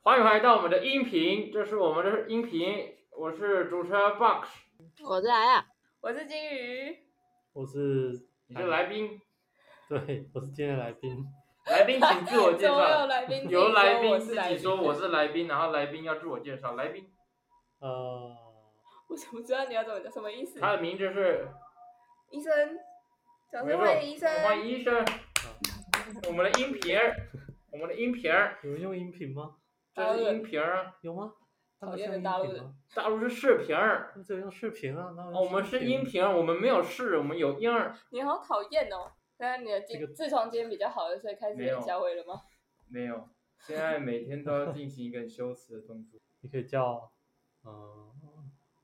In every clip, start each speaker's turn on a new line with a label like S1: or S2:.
S1: 欢迎回到我们的音频，这是我们的音频，我是主持人 Box，
S2: 我是来啊，
S3: 我是金鱼，
S4: 我是
S1: 你是来宾，
S4: 对，我是今天的来宾。
S1: 来宾请自我介
S3: 怎么有
S1: 绍，
S3: 来宾？
S1: 由来宾自
S3: 自
S1: 己说我是来宾，然后来宾要自我介绍，来宾
S4: 呃，
S3: 我怎么知道你要怎么叫？什么意思？
S1: 他的名字是
S3: 医生，掌
S1: 没
S3: 声
S1: 错
S3: 欢迎医生。
S1: 欢迎医生，我们的音频 儿，我们的音频儿，
S4: 有人用音频吗？
S1: 这是音频儿啊，
S4: 有吗？大
S3: 讨
S4: 陆
S3: 厌
S4: 像
S3: 的
S4: 音
S3: 大陆
S4: 频
S3: 人
S4: 吗？
S1: 大陆是视频儿，哦
S4: 他们只有用视频啊，那
S1: 我们是音。频儿，我们没有视，我们有音儿，
S3: 你好讨厌哦！那你的
S4: 这
S3: 今、
S4: 个
S3: 自从今天比较好了，所以开始
S1: 没有
S3: 演小伟了吗？
S1: 没有，现在每天都要进行一个很羞耻的动作。
S4: 你可以叫，嗯、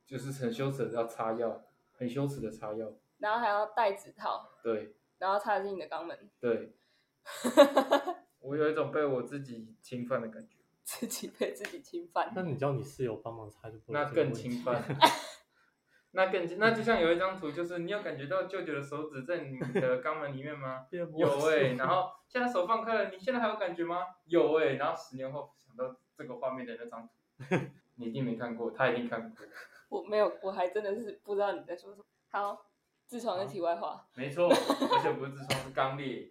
S1: 就是很羞耻的要擦药，很羞耻的擦药。
S3: 然后还要戴指套，
S1: 对
S3: 然后插进你的肛门，
S1: 对，我有一种被我自己侵犯的感觉，
S3: 自己被自己侵犯。
S4: 那你叫你室友帮忙擦就不会有
S1: 那
S4: 这个
S1: 更
S4: 问题？
S1: 侵 犯。那更侵那就像有一张图，就是你有感觉到舅舅的手指在你的肛门里面吗
S4: 变魔
S1: 有哎、
S4: 术
S1: 然后现在手放开了，你现在还有感觉吗？有哎、然后十年后想到这个画面的那张图， 你一定没看过，他一定看过，
S3: 我没有，我还真的是不知道你在说什么。好，自从的题外话。
S1: 没 错，而且不是痔疮是肛裂，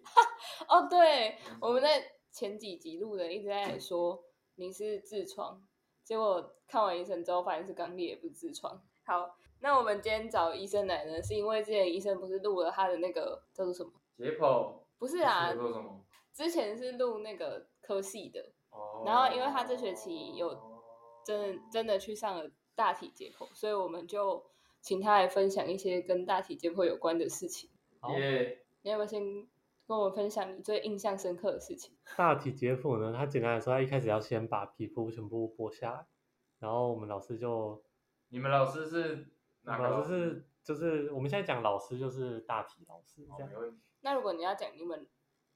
S3: 哦，对， 我们在前几集录的一直在说你是痔疮，结果看完医生之后发现是肛裂，不是痔疮。好，那我们今天找医生来呢，是因为之前医生不是录了他的那个叫做什么？
S1: 解剖
S3: 不是啊
S1: 解，剖什么？
S3: 之前是录那个科系的，
S1: 哦
S3: 然后因为他这学期有真的真的去上了大体解剖，所以我们就请他来分享一些跟大体解剖有关的事情。
S4: 好
S1: 耶
S3: 你要不要先跟我们分享你最印象深刻的事情？
S4: 大体解剖呢，它简单来说，它一开始要先把皮肤全部剥下来，然后我们老师就，
S1: 你们老师是
S4: 我
S1: 哪
S4: 们
S1: 个
S4: 老
S1: 老
S4: 师是就是我们现在讲老师就是大体老师
S1: 哦
S4: 这样
S1: 没，问题。
S3: 那如果你要讲你们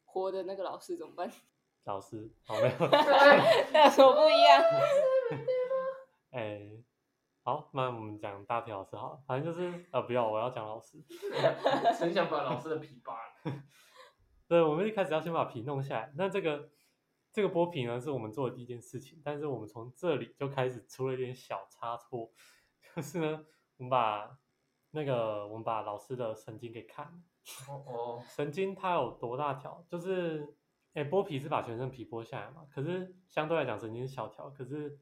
S3: 活的那个老师怎么办？
S4: 老师好没有。
S3: 那有什么不一样？
S4: 哎，好，那我们讲大体老师好了，反正就是呃，不要，我要讲老师。
S1: 很想把老师的皮扒了。
S4: 对，我们一开始要先把皮弄下来。那这个这个剥皮呢，是我们做的第一件事情，但是我们从这里就开始出了一点小差错， 就是呢，我们把那个我们把老师的神经给砍了。
S1: 哦哦，
S4: 神经它有多大条？就是，哎，剥皮是把全身皮剥下来嘛，可是相对来讲神经是小条，可是，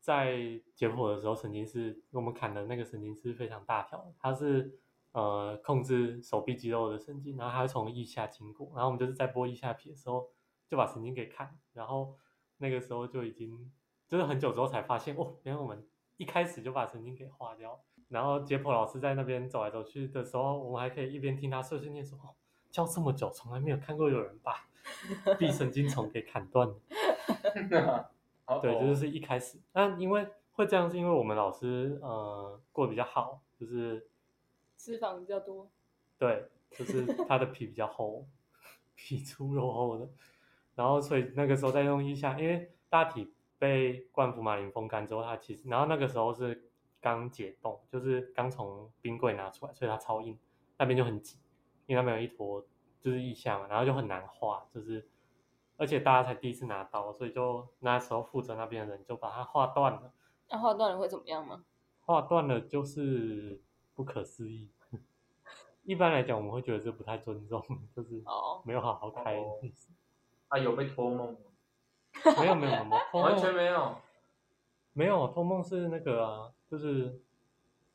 S4: 在解剖的时候，神经是我们砍的那个神经是非常大条的，它是呃控制手臂肌肉的神经，然后它会从腋下经过，然后我们就是在剥腋下皮的时候就把神经给砍，然后那个时候就已经就是很久之后才发现，哦，原来我们一开始就把神经给划掉。然后解剖老师在那边走来走去的时候，我们还可以一边听他碎碎念说：“哦，教这么久，从来没有看过有人把臂神经丛给砍断的。
S1: 好
S4: 对，这就
S1: 哦
S4: 是一开始。那因为会这样，是因为我们老师呃过得比较好，就是
S3: 脂肪比较多，
S4: 对，就是他的皮比较厚， 皮粗肉厚的。然后所以那个时候在用腋下，因为大体被灌服马林风干之后，它其实然后那个时候是刚解冻，就是刚从冰柜拿出来，所以它超硬，那边就很紧，因为它没有一坨就是腋下嘛，然后就很难画，就是而且大家才第一次拿刀，所以就那时候负责那边的人就把它画断了，
S3: 那画断了会怎么样吗？
S4: 画断了就是不可思议。一般来讲，我们会觉得这不太尊重，就是
S3: 哦，
S4: 没有好好开
S1: 哦
S4: 意
S1: 啊，有被托梦吗？
S4: 没有没 有没有，没有
S3: 哦
S4: 托
S1: 完全
S4: 梦
S1: 没有。
S4: 没有托梦是那个啊，就是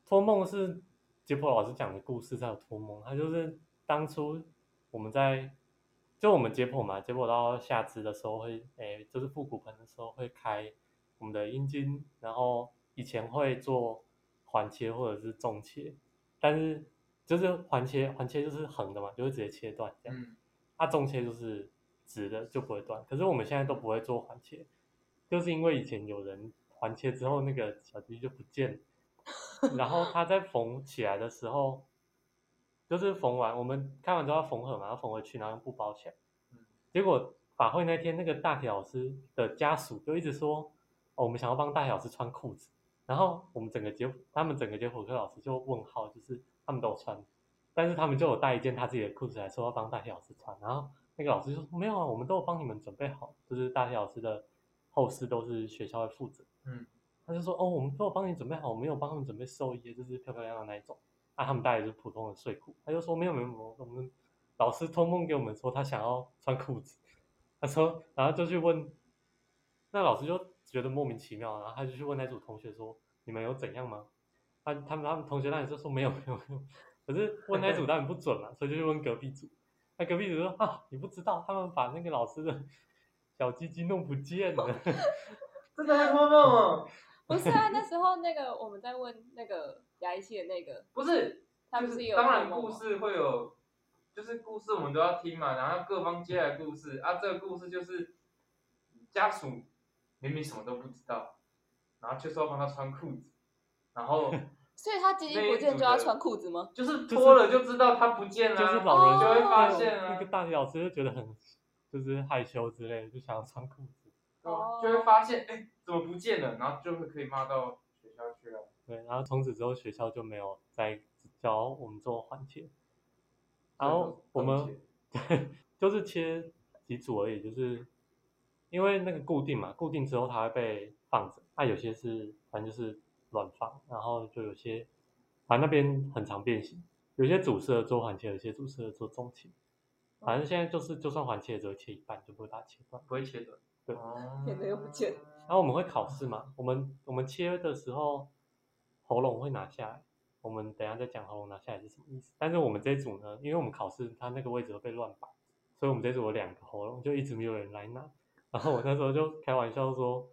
S4: 托梦是解剖老师讲的故事才有托梦，他就是当初我们在就我们解剖嘛，解剖到下肢的时候会，诶，就是腹股盆的时候会开我们的阴茎，然后以前会做环切或者是纵切，但是就是环切环切就是横的嘛，就会直接切断这样。
S1: 嗯，
S4: 它纵切就是直的，就不会断。可是我们现在都不会做环切，就是因为以前有人环切之后，那个小鸡就不见了，然后它在缝起来的时候，就是缝完我们看完之后要缝合嘛，要缝回去，然后用布包起来
S1: 嗯。
S4: 结果法会那天，那个大体老师的家属就一直说，哦，我们想要帮大体老师穿裤子。然后我们整个解剖，他们整个解剖课老师就问号，就是他们都有穿，但是他们就有带一件他自己的裤子来说要帮大体老师穿，然后那个老师就说没有啊，我们都有帮你们准备好，就是大体老师的后事都是学校会负责。
S1: 嗯，
S4: 他就说哦，我们都有帮你准备好，我们有帮他们准备寿衣，就是漂漂亮亮那一种。啊，他们带的就是普通的睡裤。他就说没有没有没有，我们老师托梦给我们说他想要穿裤子。他说，然后就去问，那老师就觉得莫名其妙，然啊后他就去问那组同学说你们有怎样吗？他他们他们同学当然就说没有没有没有，可是问那组当然不准嘛，所以就去问隔壁组。那隔壁组说啊，你不知道，他们把那个老师的小鸡鸡弄不见了。
S1: 真的太荒谬了。
S4: 哦
S3: 不是啊，那时候那个我们在问那个牙医系的那个，
S1: 不是，
S3: 他
S1: 就
S3: 不
S1: 是
S3: 是有
S1: 当然
S3: 做梦
S1: 故
S3: 吗
S1: 事会有，就是故事我们都要听嘛，然后各方接来故事啊，这个故事就是家属明明什么都不知道，然后就说帮他穿裤子，然后
S3: 所以他鸡鸡不见就要穿裤子吗？
S1: 就是脱了就知道他不见了、
S4: 就
S1: 啊，
S4: 是老人
S3: 就会发
S1: 现啊
S4: 那个大体老师就觉得很就是害羞之类的，就想要穿裤子。
S3: 哦
S1: 就会发现哎、怎么不见了，然后就会可以骂到学校去啊了。
S4: 对，然后从此之后学校就没有再教我们做环切，然后我们就是切几组而已，就是因为那个固定嘛，固定之后它会被放着，啊那、有些是反正就是乱放，然后就有些反正那边很常变形，有些组适合做环切，有些组适合做中切，反正现在就是就算环切也只会切一半，就不会把它切断。
S1: 不会切的，
S4: 对
S1: 哦
S3: 变得又不见
S4: 然后我们会考试嘛，我们我们切的时候喉咙会拿下来，我们等一下再讲喉咙拿下来是什么意思。但是我们这一组呢，因为我们考试它那个位置会被乱摆，所以我们这组有两个喉咙，就一直没有人来拿。然后我那时候就开玩笑说，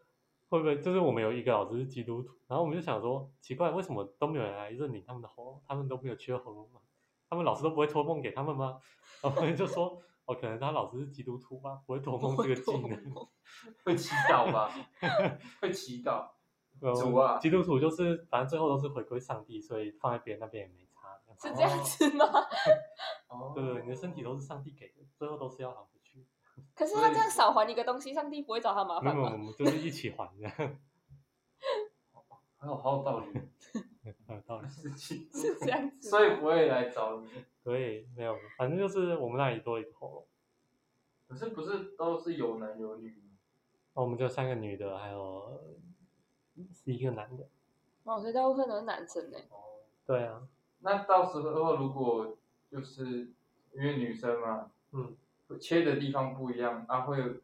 S4: 会不会就是我们有一个老师是基督徒，然后我们就想说，奇怪，为什么都没有人来认领他们的喉咙，他们都没有缺喉咙吗？他们老师都不会托梦给他们吗？ 然后我们就说，哦，可能他老师是基督徒吧，不会托梦这个技能。
S1: 会祈祷 吧？会祈祷，
S4: 呃
S1: 主啊
S4: 基督徒就是反正最后都是回归上帝，所以放在别人那边也没差。
S3: 是这样子吗？
S1: 哦
S4: 对对对，你的身体都是上帝给的，最后都是要还回去。
S3: 可是他这样少还一个东西，上帝不会找他麻
S4: 没
S3: 烦
S4: 有没有，我
S3: 吗？
S4: 们就是一起还的，
S1: 很有好有道 理的
S4: 很有道理。
S1: 事情，
S3: 是这样子吗，
S1: 所以不会来找你。
S4: 对，没有，反正就是我们那里多一个喉咙，
S1: 可是不是都是有男有女吗？
S4: 我们就三个女的，还有是一个男的。
S3: 哦，所以大部分都是男生欸呢。
S1: 哦，
S4: 对啊，
S1: 那到时候如果就是因为女生嘛，
S4: 嗯，
S1: 切的地方不一样，啊，会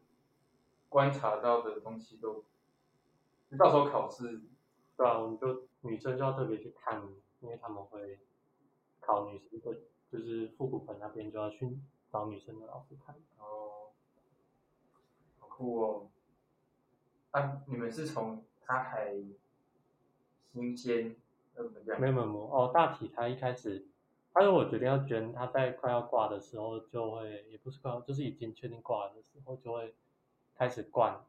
S1: 观察到的东西都，到时候考试，
S4: 对啊，我们就女生就要特别去看，因为他们会考女生的，就是复古本那边就要去找女生的老师看。
S1: 哦，好酷哦。啊，你们是从它还新鲜，呃，怎么讲
S4: 没？有没有没有哦，大体他一开始，他如果决定要捐，他在快要挂的时候就会，也不是快要，就是已经确定挂了的时候就会开始灌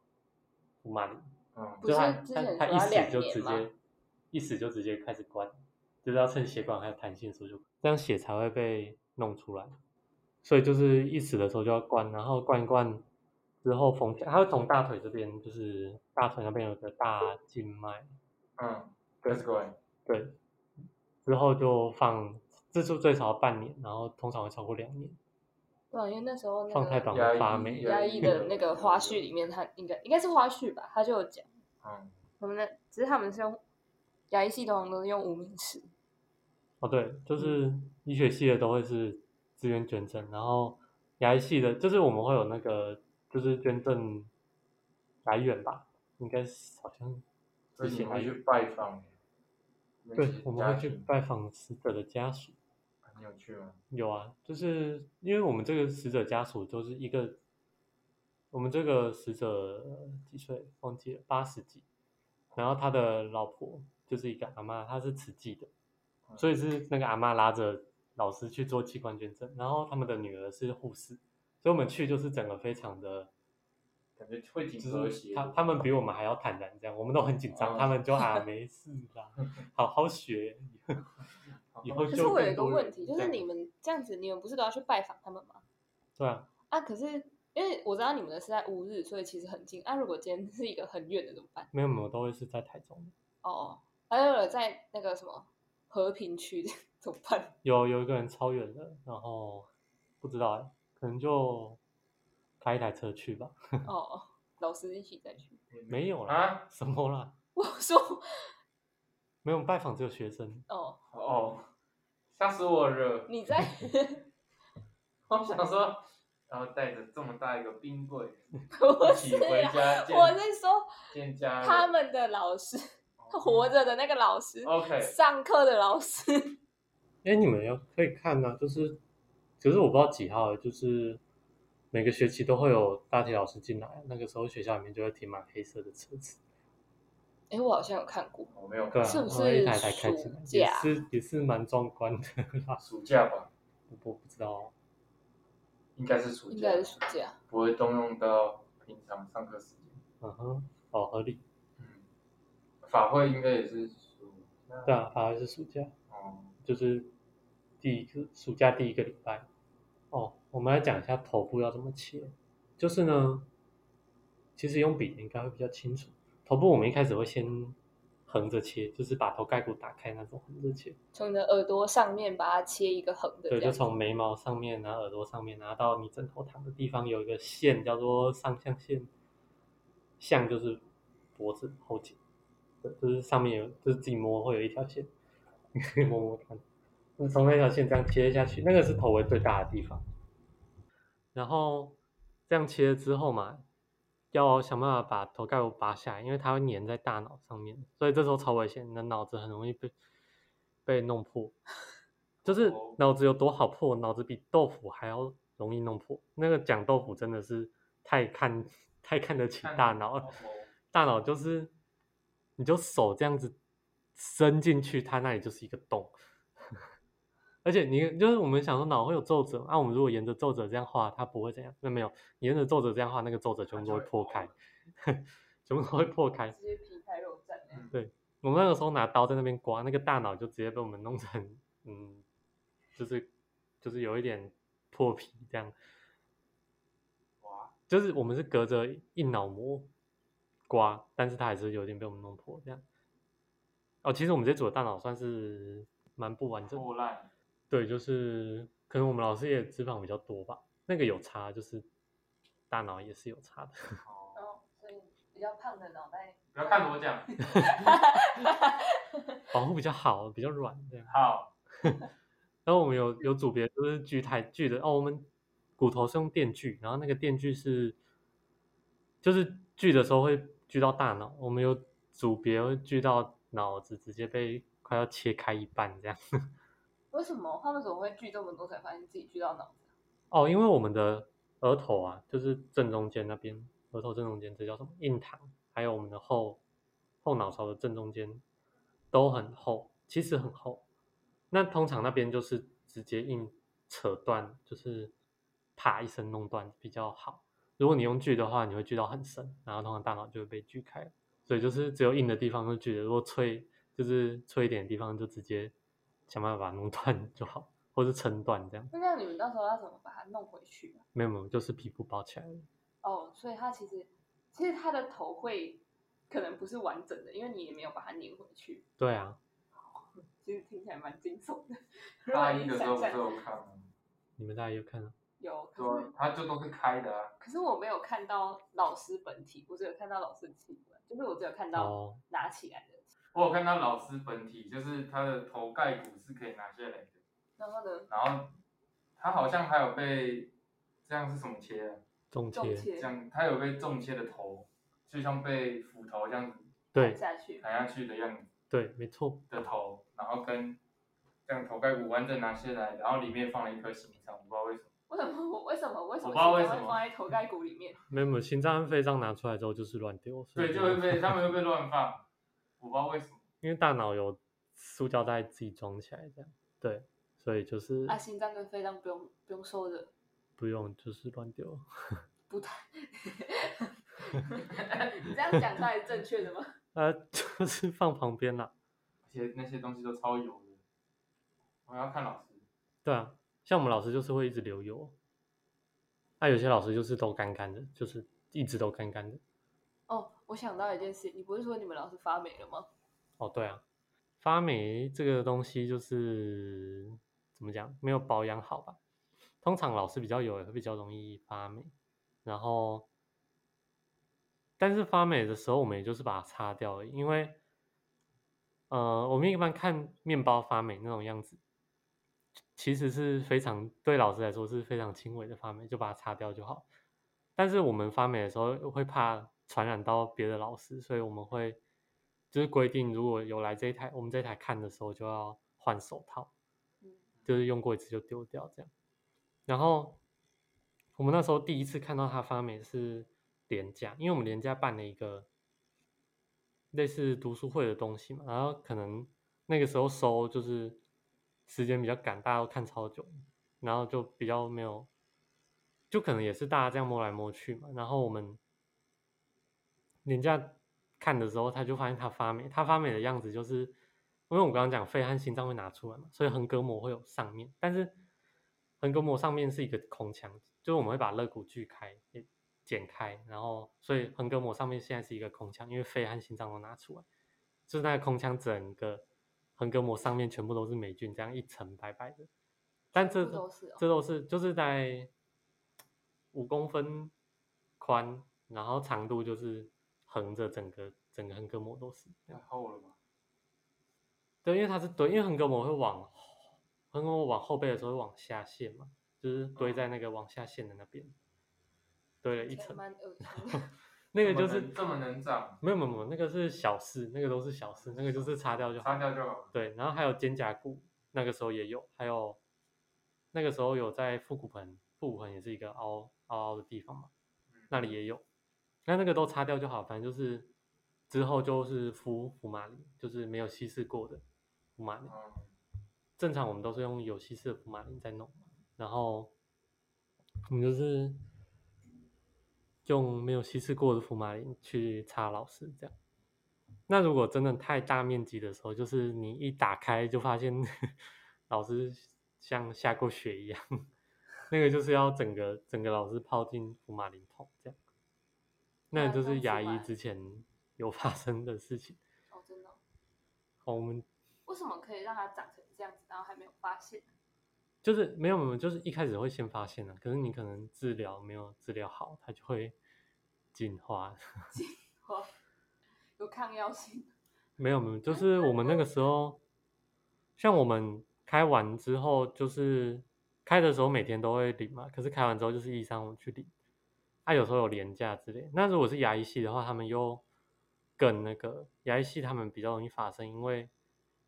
S4: 福马林，
S1: 嗯，
S3: 不
S4: 就是他
S3: 之
S4: 他
S3: 前
S4: 他
S3: 说
S4: 一
S3: 要两
S4: 死就
S3: 年
S4: 直
S3: 吗
S4: 接一死就直接开始灌，就是要趁血管还有弹性的时候就这样血才会被弄出来，所以就是一死的时候就要灌，然后灌一灌之后缝起来，他会从大腿这边就是大腿那边有个大静脉。
S1: 嗯，Let's go。
S4: 对，之后就放，这就最少半年，然后通常会超过两年。
S3: 对啊，因为那时候那
S4: 放太
S3: 个
S4: 短
S1: 压
S4: 会
S1: 抑
S4: 发霉，
S1: 压
S3: 压
S1: 抑
S3: 抑的那个花絮里面，他应该应该是花絮吧，他就有讲，
S1: 嗯，
S3: 我们的只是他们是用牙医系统都是用无名氏，
S4: 哦，对，就是
S1: 嗯
S4: 医学系的都会是自愿捐赠，然后牙医系的，就是我们会有那个就是捐赠来源吧，应该是好像
S1: 所
S4: 之
S1: 以你
S4: 前
S1: 们
S4: 还
S1: 会
S4: 有
S1: 去拜访那
S4: 对
S1: 些，
S4: 我
S1: 家
S4: 们会去
S1: 庭
S4: 拜访死者的家属。
S1: 你有去吗？
S4: 有啊，就是因为我们这个死者家属就是一个，我们这个死者呃几岁忘记了，八十几，然后他的老婆就是一个阿嬷，她是慈济的，
S1: 嗯
S4: 所以是那个阿嬷拉着老师去做器官捐赠，然后他们的女儿是护士，所以我们去就是整个非常的，
S1: 感觉会挺和
S4: 就
S1: 谐的。
S4: 是他他们比我们还要坦然，这样我们都很紧张，
S1: 哦
S4: 他 们就啊没事啦，好好学， 以后
S3: 可
S4: 就是
S3: 我有
S4: 更
S3: 一个
S4: 多
S3: 问
S4: 人
S3: 题，
S4: 这
S3: 就是
S4: 样
S3: 你们这样子，你们不是都要去拜访他们吗？
S4: 对啊，
S3: 啊，可是因为我知道你们的是在乌日，所以其实很近。啊，如果今天是一个很远的怎么办？
S4: 没有没有都会是在台中。
S3: 哦，还有了在那个什么和平区 的怎么办？
S4: 有有一个人超远的，然后不知道欸，可能就开一台车去吧。
S3: 哦，老师一起再去。
S4: 没有啦，
S1: 啊？
S4: 什么啦？
S3: 我说
S4: 没有拜访只有学生，
S3: 哦，
S1: 哦，吓死我了！
S3: 你 在
S1: 我想说，然后带着这么大一个冰柜
S3: 不
S1: 一
S3: 是
S1: 起回
S3: 啊，
S1: 家见
S3: 我是说
S1: 见家人。
S3: 他们的老师，
S1: 哦
S3: 活着的那个老
S4: 哦
S3: 师，
S1: OK，
S3: 上课的老师，
S4: 哎、你们要可以看呢、就是，可是我不知道几号欸，就是每个学期都会有大体老师进来，那个时候学校里面就会停满黑色的车子，
S3: 哎，我好像有看过，
S1: 我没有看
S4: 对、啊，
S3: 是不
S4: 然后一
S3: 是
S4: 台台开进来，
S3: 暑
S4: 也
S3: 假
S4: 是也是蛮壮观的啦，
S1: 暑假吧，
S4: 我我不知道，啊
S1: 应该是暑
S3: 应
S1: 假
S3: 该，是暑假。
S1: 不会动用到平常上课时间。
S4: 嗯哼，哦，合理，
S1: 嗯，法会应该也是暑假。
S4: 对啊，反而是暑假，
S1: 哦，
S4: 就是第一个暑假第一个礼拜。哦，我们来讲一下头部要怎么切。就是呢，其实用笔应该会比较清楚。头部我们一开始会先横着切，就是把头盖骨打开那种横着切。
S3: 从你的耳朵上面把它切一个横的，
S4: 对，
S3: 这
S4: 就
S3: 样子
S4: 从眉毛上面，然后耳朵上面，然后到你枕头躺的地方有一个线，叫做上向线。向就是脖子后颈，对就是上面有，就是自己摸会有一条线， 你可以摸摸看。就是从那条线这样切下去，那个是头围最大的地方。然后这样切之后嘛，要想办法把头盖骨拔下来，因为它会粘在大脑上面，所以这时候超危险，你的脑子很容易被被弄破。就是
S1: 哦
S4: 脑子有多好破，脑子比豆腐还要容易弄破。那个讲豆腐真的是太看太看得起
S1: 看
S4: 大脑了
S1: 哦，
S4: 大脑就是你就手这样子伸进去，它那里就是一个洞。 而且你就是我们想说脑会有皱褶，啊，我们如果沿着皱褶这样画，它不会怎样。那没有，你沿着皱褶这样画，那个皱褶全部都会破开， 全部都会破开。
S3: 直接皮开肉绽那样。
S4: 我们那个时候拿刀在那边刮，那个大脑就直接被我们弄成，嗯，就是就是有一点破皮这样。
S1: 哇，
S4: 就是我们是隔着一脑膜刮，但是它还是有点被我们弄破这样。哦，其实我们这组的大脑算是蛮不完整的，
S1: 破烂，
S4: 对，就是可能我们老师也脂肪比较多吧，那个有差，就是大脑也是有差的。
S1: 哦，
S3: 然后，所以比较胖的脑袋，
S1: 不要看我讲，
S4: 保护比较好，比较软这样。
S1: 好，
S4: 然后我们有有组别就是锯台锯的哦，我们骨头是用电锯，然后那个电锯是就是锯的时候会锯到大脑，我们有组别会锯到脑子直接被快要切开一半这样。
S3: 为什么他们怎么会锯这么多才发现自己锯到脑子？
S4: 哦，因为我们的额头啊，就是正中间那边，额头正中间这叫什么？印堂，还有我们的后后脑勺的正中间都很厚，其实很厚。那通常那边就是直接硬扯断，就是啪一声弄断比较好。如果你用锯的话，你会锯到很深，然后通常大脑就会被锯开。所以就是只有硬的地方会锯的，如果脆就是脆一点的地方就直接想办法把它弄断就好，或是撑断这样。
S3: 那这样你们到时候要怎么把它弄回去啊、
S4: 没有没有，就是皮肤包起来了。
S3: 哦，所以它其实其实它的头会可能不是完整的，因为你也没有把它拧回去。
S4: 对啊，
S3: 其实听起来蛮惊悚的。如果
S1: 大
S3: 你
S1: 一的时候不是
S3: 想象
S1: 有看吗？
S4: 你们大家有看到？
S3: 有，
S1: 对啊
S3: 可，
S1: 它就都是开的啊
S3: 是，可是我没有看到老师本体，我只有看到老师器官，啊就是我只有看到
S4: 哦，
S3: 拿起来的。
S1: 我有看到老师本体，就是他的头盖骨是可以拿下来的，
S3: 然后呢，
S1: 然后他好像还有被这样是什么切啊？
S4: 中
S3: 重
S4: 切，
S1: 这
S3: 切
S1: 样他有被重切的头，就像被斧头这样子
S4: 对
S3: 下去，
S1: 砍下去的样子
S4: 对，没错，
S1: 的头，然后跟这样头盖骨完整拿下来，然后里面放了一颗心脏，我不知道为什么。
S3: 为什么我为什么为什
S1: 我
S3: 么
S1: 不知道为
S3: 心脏
S1: 什么
S3: 会放在头盖骨里面？
S4: 没有没有，心脏和肺脏拿出来之后就是乱丢，所以
S1: 对，就会被他们会被乱放，我不知道为什么。
S4: 因为大脑有塑胶袋自己装起来这样，对，所以就是
S3: 啊，心脏跟肺脏不用不用收的，
S4: 不用就是乱丢，
S3: 不太。你这样讲到底正确的吗？
S4: 呃， 就是放旁边啦。
S1: 而且那些东西都超油的，我要看老师。
S4: 对啊，像我们老师就是会一直流油，那、有些老师就是都干干的，就是一直都干干的。
S3: 哦，我想到一件事，你不是说你们老师发霉了吗？
S4: 哦，对啊，发霉这个东西就是怎么讲，没有保养好吧？通常老师比较油也会比较容易发霉，然后但是发霉的时候，我们也就是把它擦掉而已，因为，呃，我们一般看面包发霉那种样子，其实是非常对老师来说是非常轻微的发霉，就把它擦掉就好。但是我们发霉的时候会怕传染到别的老师，所以我们会就是规定，如果有来这一台我们这一台看的时候，就要换手套
S3: 嗯，
S4: 就是用过一次就丢掉这样。然后我们那时候第一次看到它发霉是廉价，因为我们廉价办了一个类似读书会的东西嘛，然后可能那个时候收就是时间比较赶，大家都看超久，然后就比较没有，就可能也是大家这样摸来摸去嘛，然后我们廉价看的时候，他就发现它发霉，它发霉的样子就是。因为我刚刚讲肺和心脏会拿出来嘛，所以横膈膜会有上面，但是横膈膜上面是一个空腔，就是我们会把肋骨锯开、也剪开，然后所以横膈膜上面现在是一个空腔，因为肺和心脏都拿出来，就是那个空腔整个横膈膜上面全部都是霉菌，这样一层白白的。但这
S3: 全部都是哦
S4: 这都是就是在五公分宽，然后长度就是横着整个整个横膈膜都是这样
S1: 太。厚了吧？
S4: 对，因为它是堆，因为横膈膜会往后横膈膜往后背的时候会往下陷嘛，
S1: 哦
S4: 就是堆在那个往下陷的那边，堆了一
S3: 听起来
S4: 层。
S3: 蛮恶 心的
S4: 那个就
S1: 这么
S4: 是
S1: 能这么能长，
S4: 没有没有没有，那个是小事，那个都是小事，那个就是擦掉就好。
S1: 擦掉就好了。
S4: 对，然后还有肩胛骨，那个时候也有，还有那个时候有在腹股盆，腹股盆也是一个凹凹凹的地方嘛，那里也有，那那个都擦掉就好，反正就是之后就是敷福马林，就是没有稀释过的福马林。
S1: 嗯，
S4: 正常我们都是用有稀释的福马林在弄嘛，然后我们就是用没有稀释过的福马林去擦老师这样。那如果真的太大面积的时候，就是你一打开就发现 老师像下过雪一样， 那个就是要整个整个老师泡进福马林桶这样。那
S3: 哇
S4: 就
S3: 这
S4: 是
S3: 样子
S4: 牙医
S3: 玩
S4: 之前有发生的事情。
S3: 哦，真的哦、
S4: 好，我们
S3: 为什么可以让它长成这样子，然后还没有发现？
S4: 就是没有没有，就是一开始会先发现的、啊可是你可能治疗没有治疗好，它就会进化。
S3: 哦，有抗药性，
S4: 没有没有，就是我们那个时候，像我们开完之后，就是开的时候每天都会领嘛，可是开完之后就是一三五去领，啊有时候有廉价之类。那如果是牙医系的话，他们又更那个牙医系他们比较容易发生，因为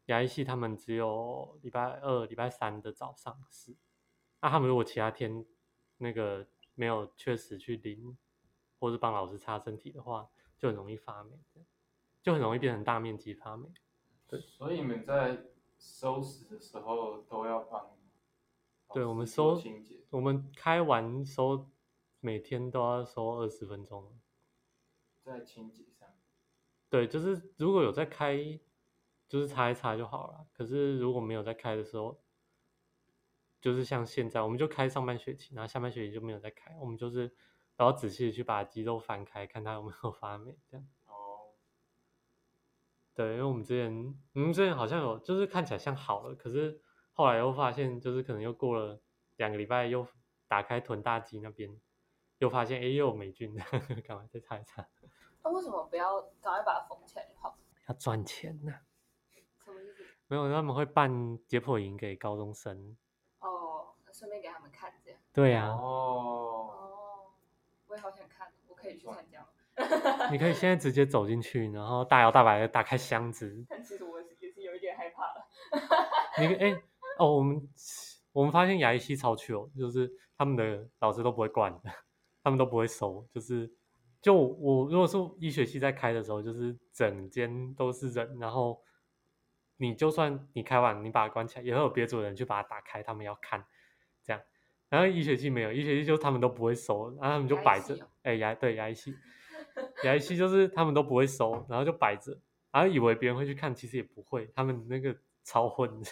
S4: 牙医系他们只有礼拜二、礼拜三的早上是，那他们如果其他天那个没有确实去领，或是帮老师擦身体的话，就很容易发霉，这样就很容易变成大面积发霉。
S1: 所以你们在收拾的时候都要帮。
S4: 对我们
S1: 做
S4: 收
S1: 清洁，
S4: 我们开完收，每天都要收二十分钟。
S1: 在清洁上，
S4: 对，就是如果有在开，就是擦一擦就好了。可是如果没有在开的时候，就是像现在，我们就开上半学期，然后下半学期就没有再开，我们就是然后仔细的去把肌肉翻开，看它有没有发霉，这样。
S1: 哦，
S4: 对，因为我们之前，我们之前好像有，就是看起来像好了，可是后来又发现，就是可能又过了两个礼拜，又打开臀大肌那边，又发现哎又有霉 菌，赶快再擦一擦。
S3: 那、为什么不要赶快把它缝起来就好？
S4: 要赚钱呐、
S3: 什么意思？
S4: 没有他们会办解剖营给高中生。
S3: 哦，顺便给他们看这样。
S4: 对啊呀、
S1: 哦，
S3: 哦，我也好想看，哦我可以去参加吗？
S4: 你可以现在直接走进去，然后大摇大摆的打开箱子，
S3: 但其实我是也是有一点害怕 了。
S4: 你哎、哦，我们我们发现牙医系超去哦，就是他们的老师都不会管的，他们都不会收，就是就我如果是医学系在开的时候，就是整间都是人，然后你就算你开完，你把它关起来，也会有别组的人去把它打开，他们要看这样。然后医学系没有，医学系就是他们都不会收，然后他们就
S3: 牙医
S4: 摆
S3: 系
S4: 着
S3: 哦，
S4: 哎、牙对牙医系，牙医系就是他们都不会收，然后就摆着，然后以为别人会去看，其实也不会，他们那个超混的。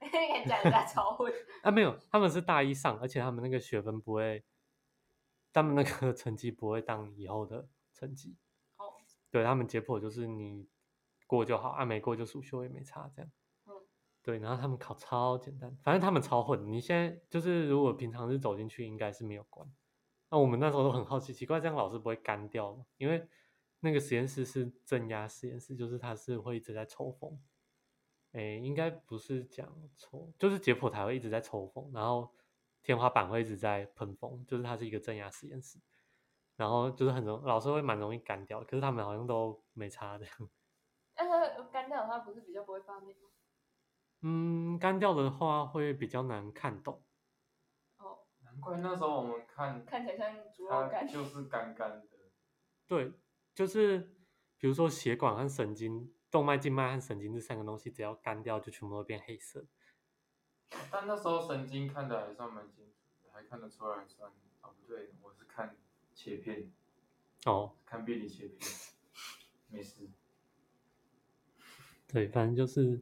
S3: 敢讲人家超会，
S4: 啊，没有，他们是大一上，而且他们那个学分不会，他们那个 成绩不会当以后的成绩。
S3: 哦，
S4: 对他们解剖就是你过就好，啊没过就暑修也没差这样。
S3: 嗯
S4: 对，然后他们考超简单，反正他们超混。你现在就是如果平常是走进去，应该是没有关，那我们那时候都很好奇，奇怪这样老师不会干掉吗？因为那个实验室是正压实验室，就是它是会一直在抽风。诶，应该不是讲抽，就是解剖台会一直在抽风，然后天花板会一直在喷风，就是它是一个正压实验室。然后就是很容，老师会蛮容易干掉，可是他们好像都没差的。
S3: 但它干掉的话，不是比较不会发霉吗？
S4: 嗯，干掉的话会比较难看懂。
S3: 哦，
S1: 难怪那时候我们看
S3: 看起来像猪肉
S4: 啊
S1: 它
S3: 干。
S1: 就是干干的，
S4: 对，就是比如说血管和神经、动脉、静脉和神经这三个东西，只要干掉就全部都变黑色。
S1: 但那时候神经看的还算蛮清楚的，还看得出来算哦不对，我是看切片，
S4: 哦，
S1: 看病理切片， 没事。
S4: 对，反正就是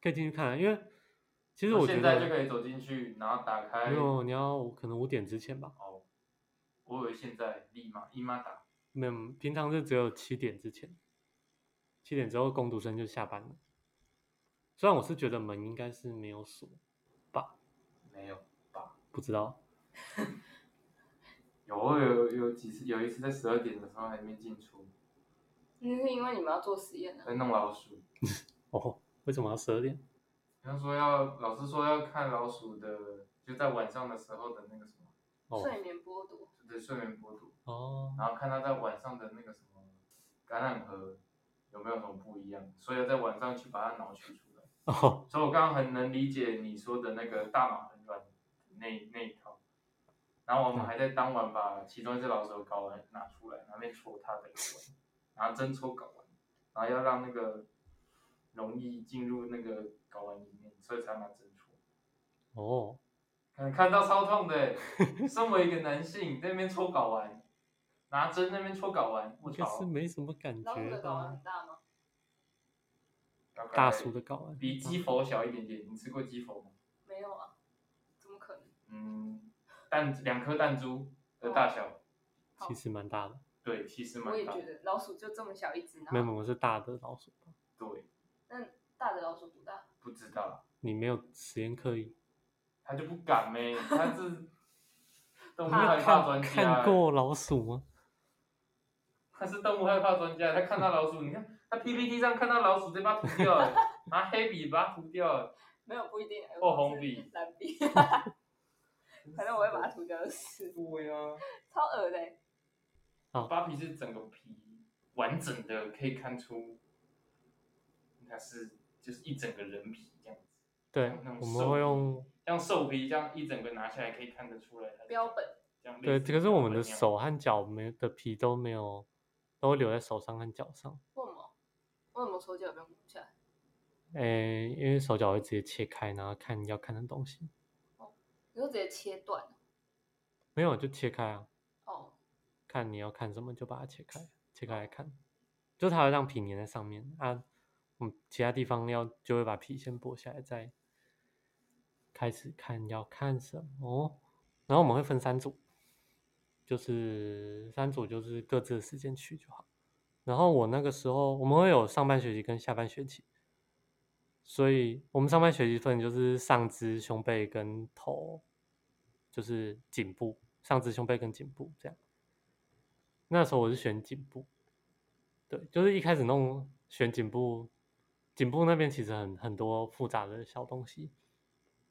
S4: 可以进去看，啊因为其实我觉
S1: 现在就
S4: 得
S1: 可以走进去，然后打开
S4: 没。有，你要可能五点之前吧，
S1: 哦，我以为现在立马立马打。
S4: 没有，平常是只有七点之前，七点之后工读生就下班了。虽然我是觉得门应该是没有锁，
S1: 没有吧？
S4: 不知道。
S1: 有我有有几次，有一次在十二点的时候还没进出，
S3: 那是因为 你们要做实验啊。
S1: 在弄老鼠。
S4: 哦，为什么要十二点？
S1: 然后说要老师说要看老鼠的，就在晚上的时候的那个什么，
S4: 哦
S3: 睡眠剥夺，
S1: 对睡眠剥夺，
S4: 哦，
S1: 然后看它在晚上的那个什么感染核有没有什么不一样，所以要在晚上去把它脑取出来。
S4: 哦，
S1: 所以我刚刚很能理解你说的那个大脑很软的那那一套。然后我
S4: 嗯
S1: 们还在当晚把其中一只老鼠的睾丸拿出来，然后面戳它的睾丸，然后针戳睾丸，然后要让那个容易进入那个睾丸里面，所以才拿针戳。
S4: 哦，
S1: 看看到超痛 的，身为一个男性在那边戳睾丸，拿针在那边戳睾丸，我
S4: 应该
S1: 操
S4: 是，没什么感
S3: 老啊鼠
S4: 觉
S3: 的睾丸
S4: 吧
S3: 很？大吗？
S1: 大概
S4: 大叔的啊睾丸
S1: 比鸡佛小一点点。你吃过鸡佛吗？
S3: 没有啊，怎么可能？
S1: 嗯，弹两颗弹珠的大小，
S4: 其实蛮大的，
S1: 对，其实蛮
S3: 我也
S1: 大
S3: 觉
S1: 的。
S3: 得老鼠就这么小一只，
S4: 没有，
S3: 然
S4: 没
S3: 后
S4: 有是大的老鼠吧？
S1: 对，
S3: 那大的老鼠不大，
S1: 不知道，
S4: 你没有实验课，
S1: 他就不敢呗、他是 动
S4: 你
S1: 物
S4: 没有
S1: 害怕专
S4: 看
S1: 家、欸
S4: 看过老鼠吗？
S1: 他是动物害怕专家，他看到老鼠，你看他 PPT 上看到老鼠，直接把它涂掉了，拿黑笔把它涂掉了。
S3: 没有不一定。哎
S1: 或红笔、
S3: 蓝笔， 反正我会把它涂掉就是，
S1: 对呀、
S3: 超恶的欸、
S1: 扒皮是整个皮完整的，可以看出它是就是一整个人皮这样子，
S4: 对
S1: 像那，种
S4: 我
S1: 兽
S4: 们会用
S1: 像兽皮这样一整个拿下来可以看得出来它是
S3: 标本。
S1: 这样类
S4: 对，
S1: 似
S4: 可是我们的
S1: 那样
S4: 手和脚没的皮都没有，都留在手上和脚上。
S3: 为什么？为什么手脚不用绑起来？
S4: 诶，因为手脚会直接切开，然后看要看的东西。
S3: 你就直接切断
S4: 没有就切开啊，
S3: 哦，
S4: 看你要看什么就把它切开，切开来看，就它会让皮粘在上面啊。嗯，其他地方要就会把皮先剥下来，再开始看要看什么。然后我们会分三组，就是三组就是各自的时间去就好。然后我那个时候我们会有上半学期跟下半学期，所以我们上半学期分就是上肢、胸背跟头，就是颈部，上肢、胸背跟颈部这样。那时候我是选颈部，对，就是一开始弄选颈部，颈部那边其实很很多复杂的小东西，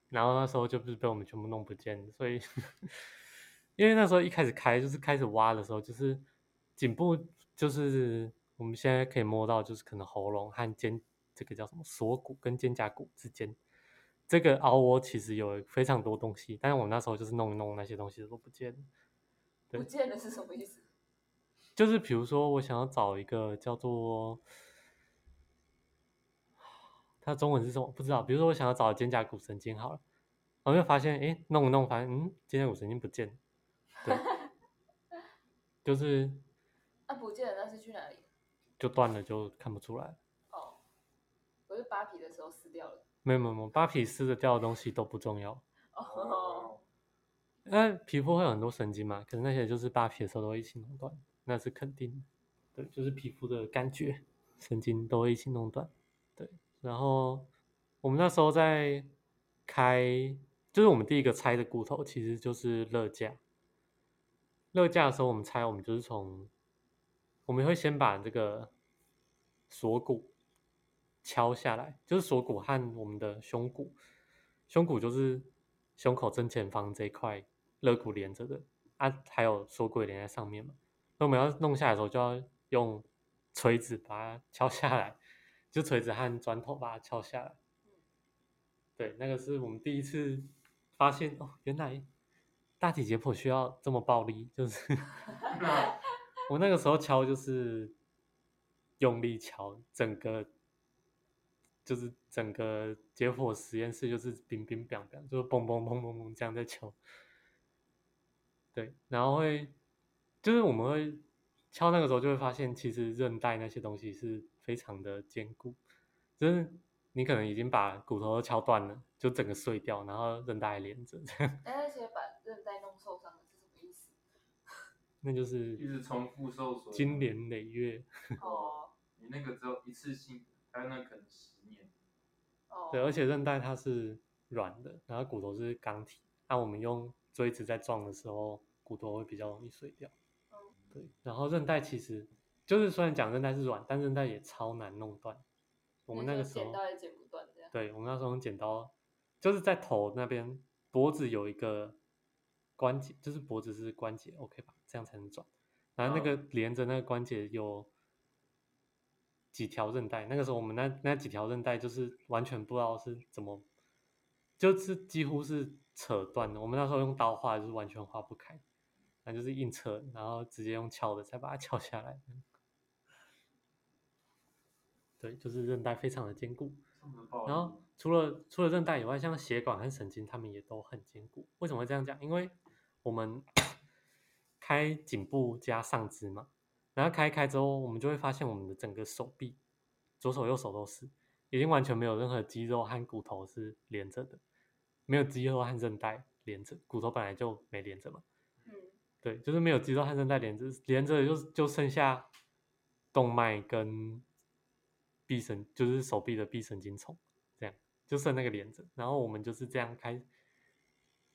S4: 然后那时候就不是被我们全部弄不见，所以 因为那时候一开始开就是开始挖的时候，就是颈部就是我们现在可以摸到，就是可能喉咙和肩这个叫什么锁骨跟肩胛骨之间。这个凹窝其实有非常多东西，但是我那时候就是弄一弄那些东西都不见了。对
S3: 不见了是什么意思？
S4: 就是比如说，我想要找一个叫做它中文是什么不知道。比如说，我想要找肩胛骨神经好了，我就发现诶，弄一弄，发现嗯，肩胛骨神经不见了。对，就是
S3: 那、啊不见了那是去哪里？
S4: 就断了，就看不出来了。
S3: 哦，我是扒皮的时候撕掉了。
S4: 没有没有没有，扒皮撕得掉的东西都不重要。
S3: 哦，
S4: 那皮肤会有很多神经嘛，可是那些就是扒皮的时候都会一起弄断，那是肯定的。对，就是皮肤的感觉，神经都会一起弄断。对，然后我们那时候在开，就是我们第一个拆的骨头其实就是肋架，热架的时候，我们猜我们就是从，我们会先把这个锁骨敲下来，就是锁骨和我们的胸骨，胸骨就是胸口正前方这一块肋骨连着的啊，还有锁骨也连在上面嘛。那我们要弄下来的时候，就要用锤子把它敲下来，就锤子和砖头把它敲下来。对，那个是我们第一次发现哦，原来大体解剖需要这么暴力，就是我那个时候敲就是用力敲，整个就是整个解剖实验室就是冰冰冰冰，就是嘣嘣嘣嘣嘣这样在敲。对，然后会就是我们会敲那个时候就会发现，其实韧带那些东西是非常的坚固，就是你可能已经把骨头都敲断了，就整个碎掉，然后韧带还连着， 这样
S3: 但那些把韧带弄受伤了是什么意思？
S4: 那就是
S1: 一直重复受损。
S4: 经年累月。
S3: 哦
S1: 你那个只有一次性，还有那可能十年。
S3: 哦，
S4: 对，而且韧带它是软的，然后骨头是钢体，那、我们用锥子在撞的时候，骨头会比较容易碎掉
S3: 哦。
S4: 对，然后韧带其实就是虽然讲韧带是软，但韧带也超难弄断。我们那个时
S3: 剪
S4: 候，
S3: 刀也剪不断这样。
S4: 对我们那时候用剪刀，就是在头那边脖子有一个关节，就是脖子是关节，OK 吧？这样才能转。然后那个连着那个关节有几条韧带，那个时候我们那那几条韧带就是完全不知道是怎么，就是几乎是扯断的。我们那时候用刀划就是完全划不开，那就是硬扯，然后直接用撬的再把它撬下来。 对，就是韧带非常的坚固。
S1: 这么暴力
S4: 然后除了除了韧带以外，像血管和神经，它们也都很坚固。为什么会这样讲？因为我们 开颈部加上肢嘛，然后开一开之后，我们就会发现我们的整个手臂，左手右手都是，已经完全没有任何肌肉和骨头是连着的，没有肌肉和韧带连着，骨头本来就没连着嘛。
S3: 嗯，
S4: 对，就是没有肌肉和韧带连着，连着就就剩下动脉跟臂神，就是手臂的臂神经丛，这样就剩那个连着。然后我们就是这样开，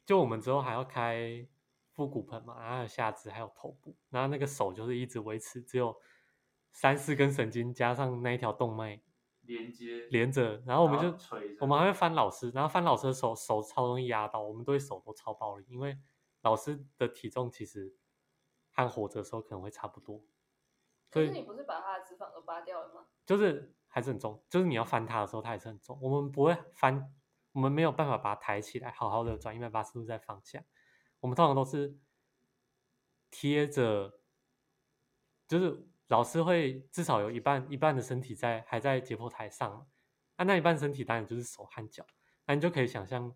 S4: 就我们之后还要开腹股盆嘛，然后还有下肢，还有头部，然后那个手就是一直维持只有三四根神经加上那一条动脉
S1: 连接，
S4: 连着，然
S1: 然
S4: 后我们就
S1: 锤着，
S4: 我们还会翻老师，然后翻老师的手手超容易压到，我们对手都超暴力，因为老师的体重其实和活着的时候可能会差不多，所
S3: 可是你
S4: 以
S3: 不是把他的脂肪都扒掉了吗？
S4: 就是还是很重，就是你要翻他的时候，他还是很重。我们不会翻，我们没有办法把它抬起来，好好的转一百八十度再放下。我们通常都是贴着，就是老师会至少有一半一半的身体在还在解剖台上嘛，啊，那一半身体当然就是手和脚，那你就可以想象，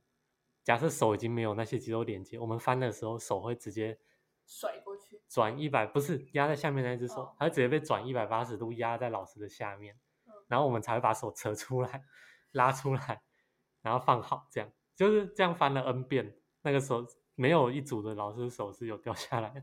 S4: 假设手已经没有那些肌肉连接，我们翻的时候手会直接
S3: 甩过去，
S4: 转一百，不是压在下面那只手
S3: 哦，
S4: 它、直接被转一百八十度压在老师的下面，
S3: 嗯
S4: 然后我们才会把手扯出来、拉出来，然后放好，这样就是这样翻了 n 遍，那个手没有一组的老师的手是有掉下来的，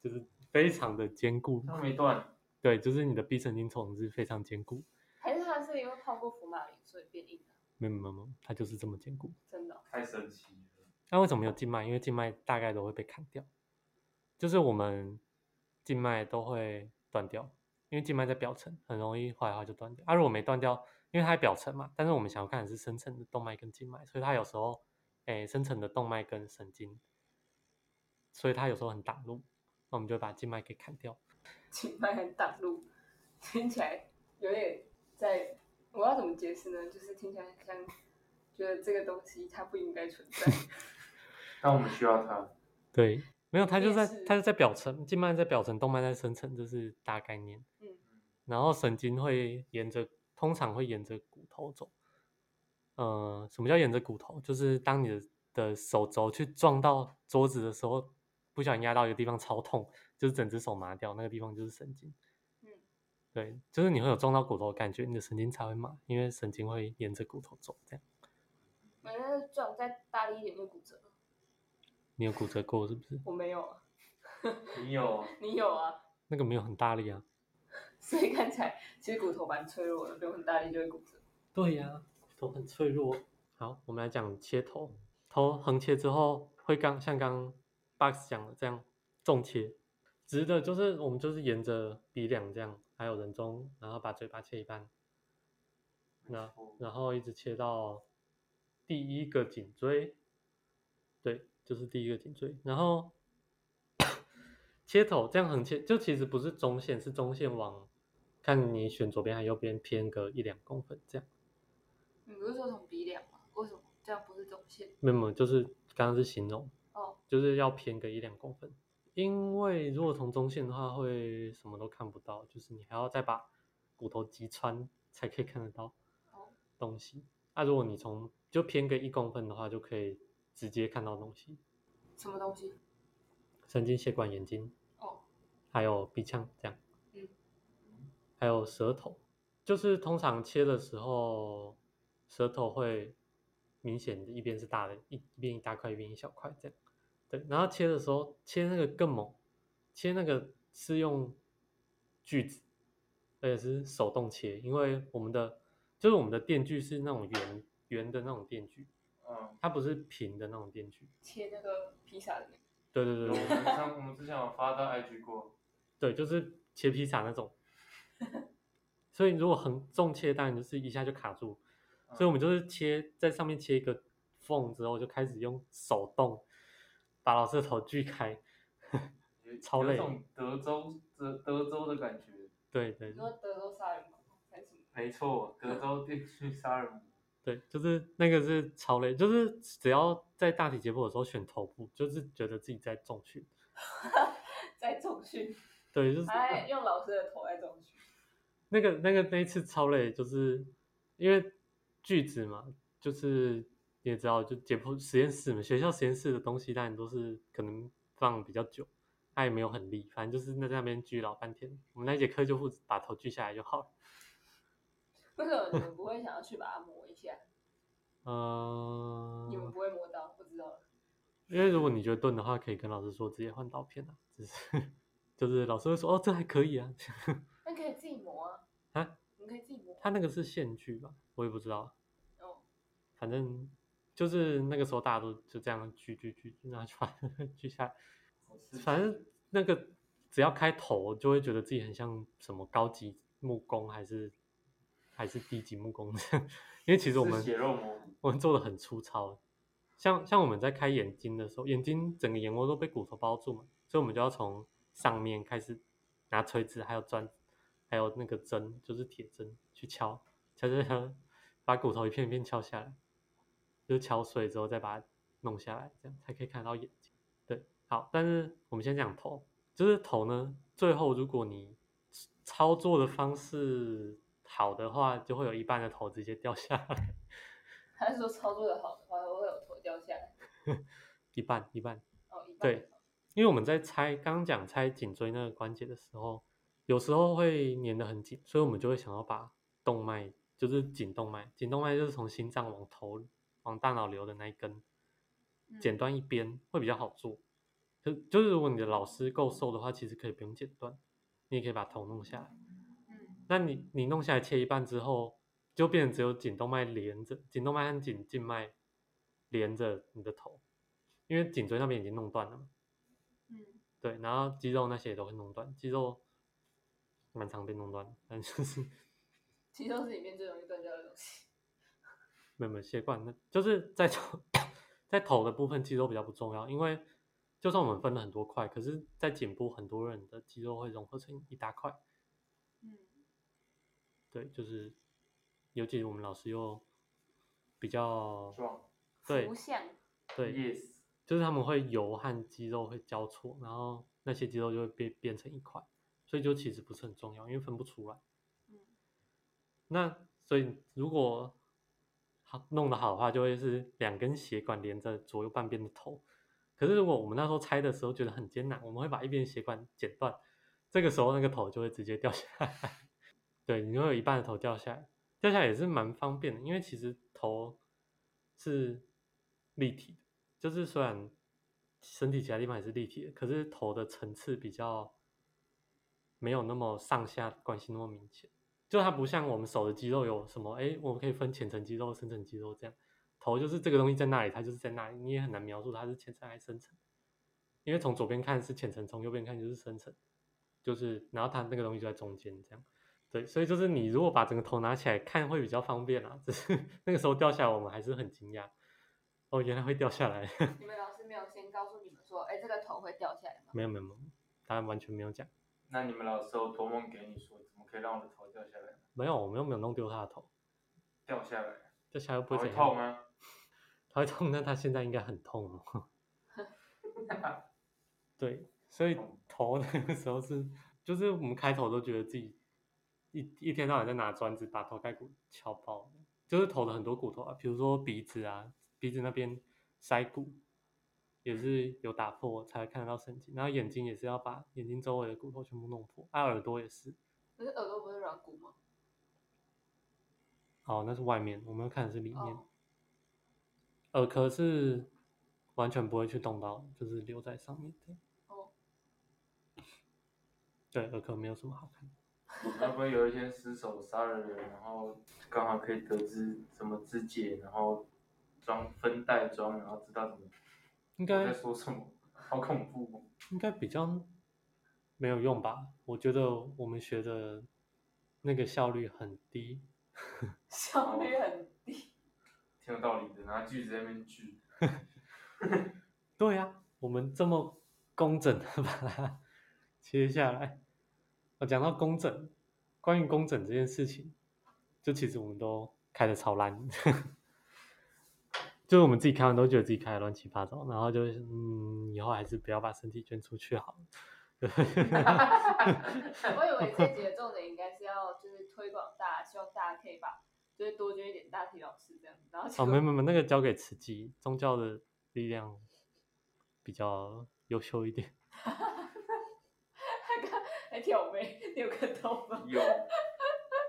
S4: 就是非常的坚固。
S1: 它没断，
S4: 对，就是你的臂神经丛是非常坚固，
S3: 还是他是因为泡过福马林所以变硬的？
S4: 没有没有没有，它就是这么坚固。
S3: 真的哦、
S1: 太神奇了。
S4: 那为什么没有静脉？因为静脉大概都会被砍掉，就是我们静脉都会断掉，因为静脉在表层，很容易坏的话就断掉。啊，如果没断掉，因为它在表层嘛，但是我们想要看的是深层的动脉跟静脉，所以它有时候，诶，深层的动脉跟神经，所以它有时候很挡路，那我们就会把静脉给砍掉。
S3: 请脉很挡路，听起来有点在，我要怎么解释呢？就是听起来很像觉得这个东西它不应该存在。
S1: 但我们需要它，
S4: 对，没有，它就
S3: 也
S4: 在
S3: 是
S4: 它就在表层，静脉在表层，动脉在深层，这是大概念。
S3: 嗯，
S4: 然后神经会沿着，通常会沿着骨头走。呃，什么叫沿着骨头？就是当你的的手肘去撞到桌子的时候，不小心压到一个地方超痛，就是整只手麻掉，那个地方就是神经。
S3: 嗯，
S4: 对，就是你会有撞到骨头的感觉，你的神经才会麻，因为神经会沿着骨头走。这样，
S3: 反正撞再大力一点就骨折了。
S4: 你有骨折过是不是？
S3: 我没有啊，
S1: 你有
S3: 你有啊，
S4: 那个没有很大力啊。
S3: 所以看起来其实骨头蛮脆弱的，不用很大力就会骨折。
S4: 对呀、骨头很脆弱。好，我们来讲切头，头横切之后会刚像刚 box 讲的这样重切，直的就是我们就是沿着鼻梁这样，还有人中，然后把嘴巴切一半，
S1: 没
S4: 那
S1: 错
S4: 然后一直切到第一个颈椎，对，就是第一个颈椎，然后切头这样横切，就其实不是中线，是中线往看你选左边还右边偏个一两公分这样，
S3: 你不是说从鼻梁吗？为什么这样不是中线？
S4: 没有没有，就是刚刚是形容，
S3: 哦，
S4: 就是要偏个一两公分，因为如果从中线的话，会什么都看不到，就是你还要再把骨头击穿才可以看得到
S3: 哦
S4: 东西。那、如果你从就偏个一公分的话，就可以直接看到东西，
S3: 什么东西？
S4: 神经、血管、眼睛，
S3: 哦，
S4: 还有鼻腔这样，
S3: 嗯，
S4: 还有舌头，就是通常切的时候，舌头会明显的一边是大的，一一边一大块，一边一小块这样。对，然后切的时候切那个更猛，切那个是用锯子，而且是手动切，因为我们的就是我们的电锯是那种圆圆的那种电锯，
S1: 嗯，
S4: 它不是平的那种电锯。
S3: 切那个披萨的那个。
S4: 对对
S1: 我
S4: 对对，
S1: 们上我们之前有发到 IG 过，
S4: 对，就是切披萨那种。 所以如果横纵切，当然就是一下就卡住。
S1: 嗯
S4: 所以我们就是切在上面切一个缝之后，就开始用手动把老师的头锯开。
S1: 有
S4: 超累
S1: 有种德州德德州的感觉，
S4: 对对
S3: 你说德州杀人魔还是什么？
S1: 没错，德州电锯杀人魔，
S4: 对，就是那个是超累，就是只要在大体解剖的时候选头部，就是觉得自己在重训。
S3: 在重训，
S4: 对，就是
S3: 还用老师的头来重训。
S4: 那个那个那一次超累，就是因为锯子嘛，就是你也知道，就解剖实验室嘛，学校实验室的东西当然都是可能放比较久，它也没有很利，反正就是那在那边锯老半天。我们那节课就负责把头锯下来就好了。
S3: 为什么你们不会想要去把它磨一下？
S4: 嗯、
S3: 你们不会磨到，不知道了。
S4: 因为如果你觉得钝的话，可以跟老师说直接换刀片啊，只是 就是老师会说哦，这还可以啊，
S3: 那可以自己磨啊。
S4: 啊？
S3: 你可以自己磨。
S4: 他那个是线锯吧，我也不知道。啊
S3: 哦，
S4: 反正就是那个时候大家都就这样锯锯锯，拿去把 锯下来。
S1: 好刺激
S4: 反正那个只要开头，就会觉得自己很像什么高级木工还是还是低级木工这样， 因为其实我
S1: 是
S4: 们
S1: 血肉模糊，
S4: 我们做的很粗糙，像像我们在开眼睛的时候，眼睛整个眼窝都被骨头包住嘛，所以我们就要从上面开始拿锤子，还有砖，还有那个针，就是铁针去敲，敲敲敲，把骨头一片一片敲下来，就是敲碎之后再把它弄下来，这样才可以看到眼睛。对，好，但是我们先讲头，就是头呢，最后如果你操作的方式好的话，就会有一半的头直接掉下来。
S3: 他是说操作的好的话，会有头掉下来。
S4: 一半一半，
S3: 哦，一半。
S4: 对，因为我们在拆刚刚讲拆颈椎那个关节的时候，有时候会粘得很紧，所以我们就会想要把动脉，就是颈动脉，颈动脉就是从心脏往头往大脑流的那一根，
S3: 嗯
S4: 剪断一边会比较好做。就就是如果你的老师够瘦的话，其实可以不用剪断，你也可以把头弄下来。
S3: 嗯，
S4: 那你你弄下来切一半之后，就变成只有颈动脉连着，颈动脉和颈静脉连着你的头，因为颈椎那边已经弄断了嘛。
S3: 嗯，
S4: 对，然后肌肉那些也都会弄断，肌肉蛮常被弄断的，但就是
S3: 肌肉是里面最容易断掉的东西。
S4: 没有没有血管，那就是在头在头的部分肌肉比较不重要，因为就算我们分了很多块，可是在颈部很多人的肌肉会融合成一大块，
S3: 嗯，
S4: 对，就是尤其我们老师又比较
S1: 壮
S4: 对
S3: 图像。
S4: 对
S1: ，yes，
S4: 就是他们会油和肌肉会交错，然后那些肌肉就会变变成一块，所以就其实不是很重要，因为分不出来。
S3: 嗯
S4: 那所以如果好弄得好的话，就会是两根血管连着左右半边的头。可是如果我们那时候拆的时候觉得很艰难，我们会把一边血管剪断，这个时候那个头就会直接掉下来。 对，你会有一半的头掉下来，掉下来也是蛮方便的，因为其实头是立体的，就是虽然身体其他地方也是立体的，可是头的层次比较没有那么上下关系那么明显。就它不像我们手的肌肉有什么，哎，我们可以分浅层肌肉、深层肌肉这样。头就是这个东西在那里，它就是在那里，你也很难描述它是浅层还是深层。因为从左边看是浅层，从右边看就是深层，就是然后它那个东西就在中间这样。对，所以就是你如果把整个头拿起来看会比较方便啊啦。只是那个时候掉下来，我们还是很惊讶，哦，原来会掉下来。
S3: 你们老师没有先告诉你们说，哎、这个头会掉下来吗？
S4: 没有没有没有，他完全没有讲，
S1: 那你们老师有托梦给你说，怎么可以让我的头掉下来？
S4: 没有，我们又没有弄丢他的头，
S1: 掉下来
S4: 掉下来又不
S1: 不
S4: 会
S1: 会
S4: 怎样
S1: 痛。啊吗？
S4: 他会痛，但他现在应该很痛哦。 对，所以头那个时候是，就是我们开头都觉得自己一一天到晚在拿砖子把头盖骨敲爆，就是头的很多骨头啊，比如说鼻子啊，鼻子那边腮骨也是有打破才会看得到神经，然后眼睛也是要把眼睛周围的骨头全部弄破，啊，耳朵也是，
S3: 可是耳朵不是软骨吗？
S4: 哦，那是外面，我们看的是里面。
S3: 哦
S4: 耳壳呃是完全不会去动到，就是留在上面的。
S3: 哦，
S4: 对，耳壳没有什么好看。
S1: 会不会有一些失手杀了人，然后刚好可以得知怎么肢解，然后装分袋装，然后知道怎么
S4: 应
S1: 我在
S4: 该
S1: 说什么？好恐怖、哦！
S4: 应该比较没有用吧？我觉得我们学的那个效率很低。
S3: 效率很低。
S1: 挺有道理的，拿锯子在那边锯，
S4: 对呀、我们这么工整的把它 切下来。我讲到工整，关于工整这件事情，就其实我们都开的 超烂，就是我们自己开完都觉得自己开的乱七八糟，然后就是嗯，以后还是不要把身体捐出去好了。
S3: 我以为这节的重点应该是要就是推广大家，希望大家可以把就是多捐一点大体老师这样，然后结
S4: 哦，
S3: 果
S4: 没有没有，没有那个交给慈济，宗教的力量比较优秀一点。
S3: 他刚 还挑眉，你有看到吗？
S1: 有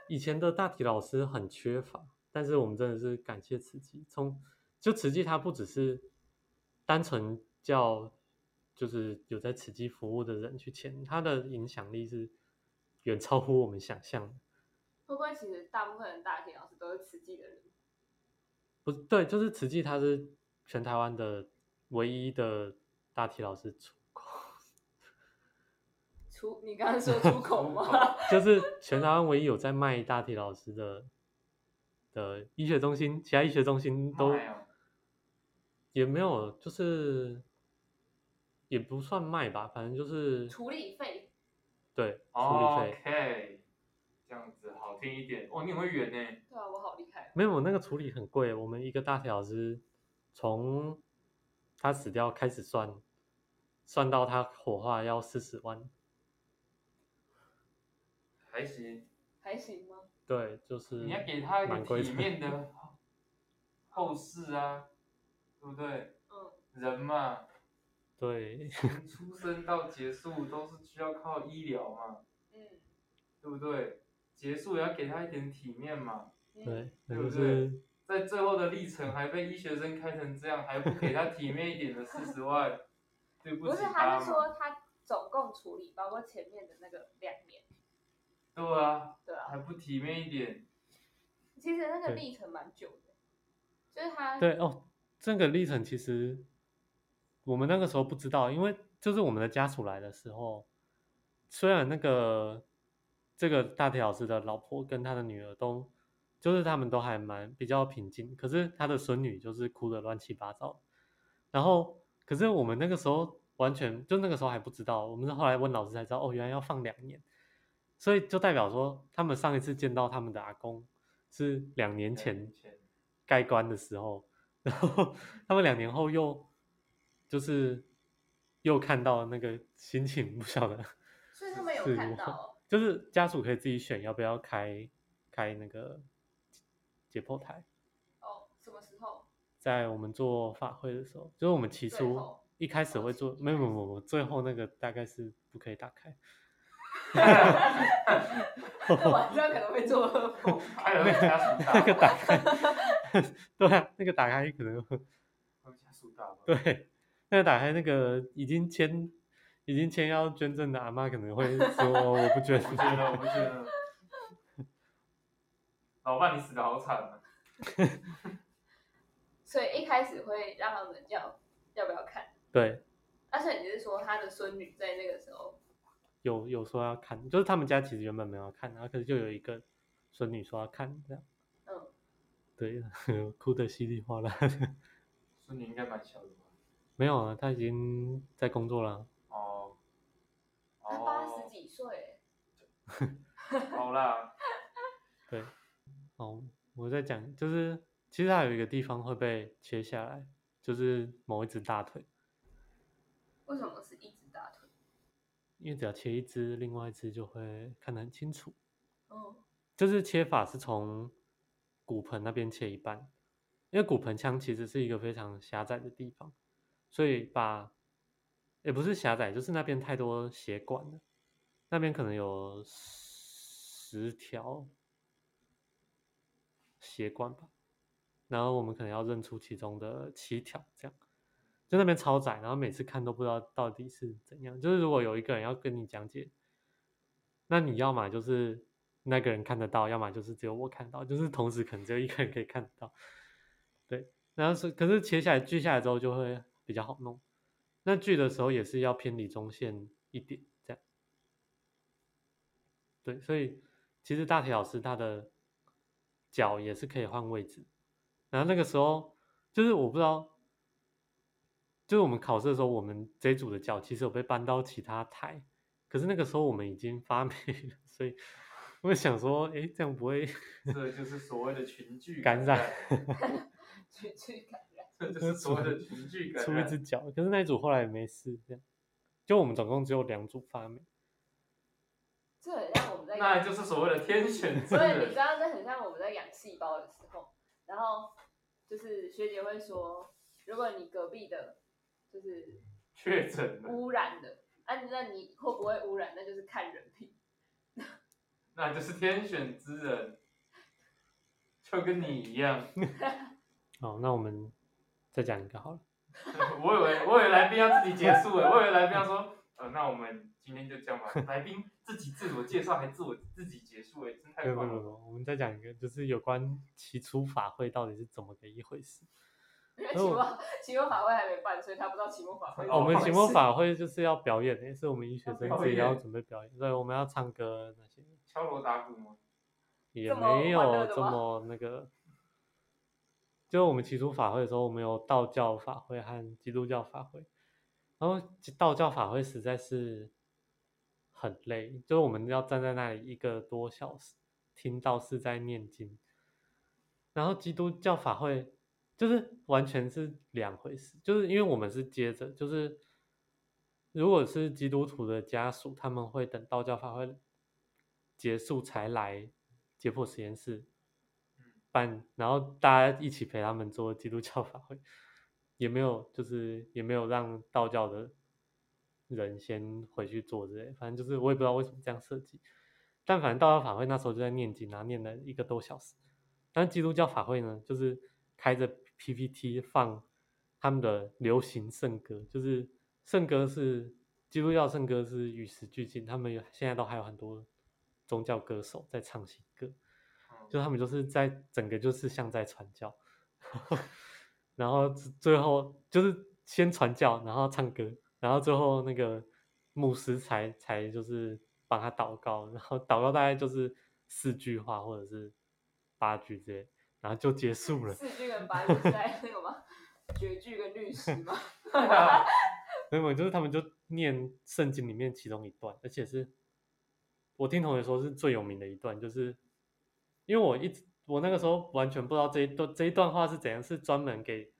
S4: 以前的大体老师很缺乏，但是我们真的是感谢慈济。从就慈济，它不只是单纯叫就是有在慈济服务的人去签，它的影响力是远超乎我们想象的。
S3: 会不会其实大部分的大体老师都是慈济的人？
S4: 不是对，就是慈济，它是全台湾的唯一的大体老师出国，
S3: 出你刚刚说出口 吗？
S4: 就是全台湾唯一有在卖大体老师的的医学中心，其他医学中心 都
S1: 卖哦
S4: 也没有，就是也不算卖吧，反正就是
S3: 处理费
S4: 对处理费。
S1: 哦 OK，这样子好听一点。哦，你很会圆呢，
S3: 对啊，我好厉害。
S4: 没有那个处理很贵，我们一个大体老师从他死掉开始算，算到他火化要四十万。
S1: 还行。
S3: 还行吗？
S4: 对，就是
S1: 嗯你要给他一
S4: 蛮
S1: 个
S4: 贵的
S1: 体面的后事啊，对不对？
S3: 嗯，
S1: 人嘛，
S4: 对，
S1: 从出生到结束都是需要靠医疗嘛，
S3: 嗯
S1: 对不对？结束也要给他一点体面嘛。
S3: 嗯，
S4: 对，那
S1: 对不
S4: 就是
S1: 在最后的历程还被医学生开成这样，还不给他体面一点的四十万，对
S3: 不
S1: 起
S3: 是，
S1: 他
S3: 他
S1: 嘛？
S3: 是说他总共处理，包括前面的那个两年，
S1: 对啊，
S3: 对啊，
S1: 还不体面一点，
S3: 其实那个
S4: 对
S3: 历程蛮久的，就是他
S4: 对哦，这个历程其实我们那个时候不知道，因为就是我们的家属来的时候，虽然那个这个大体老师的老婆跟他的女儿都，就是他们都还蛮比较平静，可是他的孙女就是哭得乱七八糟。然后，可是我们那个时候完全就那个时候还不知道，我们是后来问老师才知道，哦，原来要放两年，所以就代表说他们上一次见到他们的阿公是两年前
S1: 钱
S4: 盖棺的时候，然后他们两年后又就是又看到那个心情不晓得，
S3: 所以他们有
S4: 是
S3: 看
S4: 我
S3: 到哦，
S4: 就是家属可以自己选要不要开开那个解剖台，
S3: 哦，什么时候？
S4: 在我们做法会的时候，就是我们起
S3: 最
S4: 初
S3: 后
S4: 一开始
S3: 哦
S4: 会
S3: 起
S4: 做，
S3: 一
S4: 没有没
S3: 开
S4: 有没有，最后那个大概是不可以打开，
S3: 那晚上可能会做噩梦吧。
S1: 开了会家属大，
S4: 那个打开， 对啊，那个打开可能会
S1: 会家属大吧，
S4: 对，那打开那个已经签已经签要捐赠的阿妈可能会说哦我不 捐
S1: 我不觉得，我不觉得，老伴你死的好惨啊，
S3: 所以一开始会让他们要要不要看，
S4: 对，
S3: 而且你是说他的孙女在那个时候，
S4: 有有说要看，就是他们家其实原本没有要看，然后可是就有一个孙女说要看，这样
S3: 嗯，
S1: 哦
S4: 对， 哭得稀里哗啦。
S1: 孙女应该蛮小的吧？
S4: 没有啊，他已经在工作了，
S1: 哦，
S3: 他八十
S1: 哦，
S3: 几岁，
S1: 好啦，
S4: 对。哦，我在讲，就是其实还有一个地方会被切下来，就是某一只大腿，
S3: 为什么是一直大腿？
S4: 因为只要切一只，另外一只就会看得很清楚。
S3: 嗯
S4: 就是切法是从骨盆那边切一半，因为骨盆腔其实是一个非常狭窄的地方，所以把也不是狭窄，就是那边太多血管了，那边可能有十条血管吧，然后我们可能要认出其中的七条，这样就那边超窄，然后每次看都不知道到底是怎样。就是如果有一个人要跟你讲解，那你要么就是那个人看得到，要么就是只有我看到，就是同时可能只有一个人可以看得到。对，然后是可是切下来锯下来之后就会比较好弄。那锯的时候也是要偏离中线一点，这样。对，所以其实大体老师他的脚也是可以换位置。然后那个时候就是我不知道，就是我们考试的时候，我们这一组的脚其实有被搬到其他台，可是那个时候我们已经发霉了， 所以我就想说，哎，这样不会
S1: 这就是所谓的群聚
S4: 感染，
S3: 去去感染，
S1: 这就是所谓的群聚 感啊
S4: 出一
S1: 染。
S3: 啊
S4: 只脚，可是那一组后来也没事，这样。就我们总共只有两组发霉，
S3: 这很像我们 在
S1: 那就是所谓的天选之
S3: 所以你知
S1: 人。
S3: 道，这很像我们在养细胞的时候，然后就是学姐会说，如果你隔壁的，就是
S1: 确诊了，
S3: 污染的，啊，那你会不会污染，那就是看人品。
S1: 那就是天选之人，就跟你一样。
S4: 哦，那我们再讲一个好了。
S1: 我以为我以为来宾要自己结束诶，我以为来宾要说，呃，那我们今天就这样吧。来宾自己自我介绍，还自我自己结束诶，真
S4: 没
S1: 太
S4: 有没
S1: 棒
S4: 有没
S1: 了。
S4: 有，我们再讲一个，就是有关起初法会到底是怎么个一回事。
S3: 因为期末期末法会还没办，所以他不知道期末法会。
S1: 哦
S4: 哦、我们期末
S1: 是
S4: 法会就是要表演的，是我们医学
S3: 要
S4: 生
S1: 表
S4: 自己要
S1: 演
S4: 准备表演，对，我们要唱歌那些，
S1: 敲锣打鼓吗？
S4: 也
S3: 这么
S4: 没
S3: 欢乐
S4: 有
S3: 的
S4: 这
S3: 吗
S4: 么那个。就我们起初法会的时候，我们有道教法会和基督教法会，然后道教法会实在是很累，就是我们要站在那里一个多小时，听道士在念经，然后基督教法会就是完全是两回事，就是因为我们是接着，就是如果是基督徒的家属，他们会等道教法会结束才来解剖实验室办，然后大家一起陪他们做基督教法会，也没有就是也没有让道教的人先回去做之类，反正就是我也不知道为什么这样设计，但反正道教法会那时候就在念经啊，然后念了一个多小时。但基督教法会呢，就是开着 PPT 放他们的流行圣歌，就是圣歌是基督教圣歌是与时俱进，他们有现在都还有很多宗教歌手在唱新歌，
S1: 嗯
S4: 就他们就是在整个就是像在传教， 然后最后就是先传教，然后唱歌，然后最后那个牧师才才就是帮他祷告，然后祷告大概就是四句话或者是八句之类，然后就结束了。
S3: 四句跟八句是在那个吗？ 绝句跟律师吗？
S1: 嗯
S4: 没有，就是他们就念圣经里面其中一段，而且是我听同学说是最有名的一段，就是因为我一直我那个时候完全不知道这一段这一段话是怎样，是专门给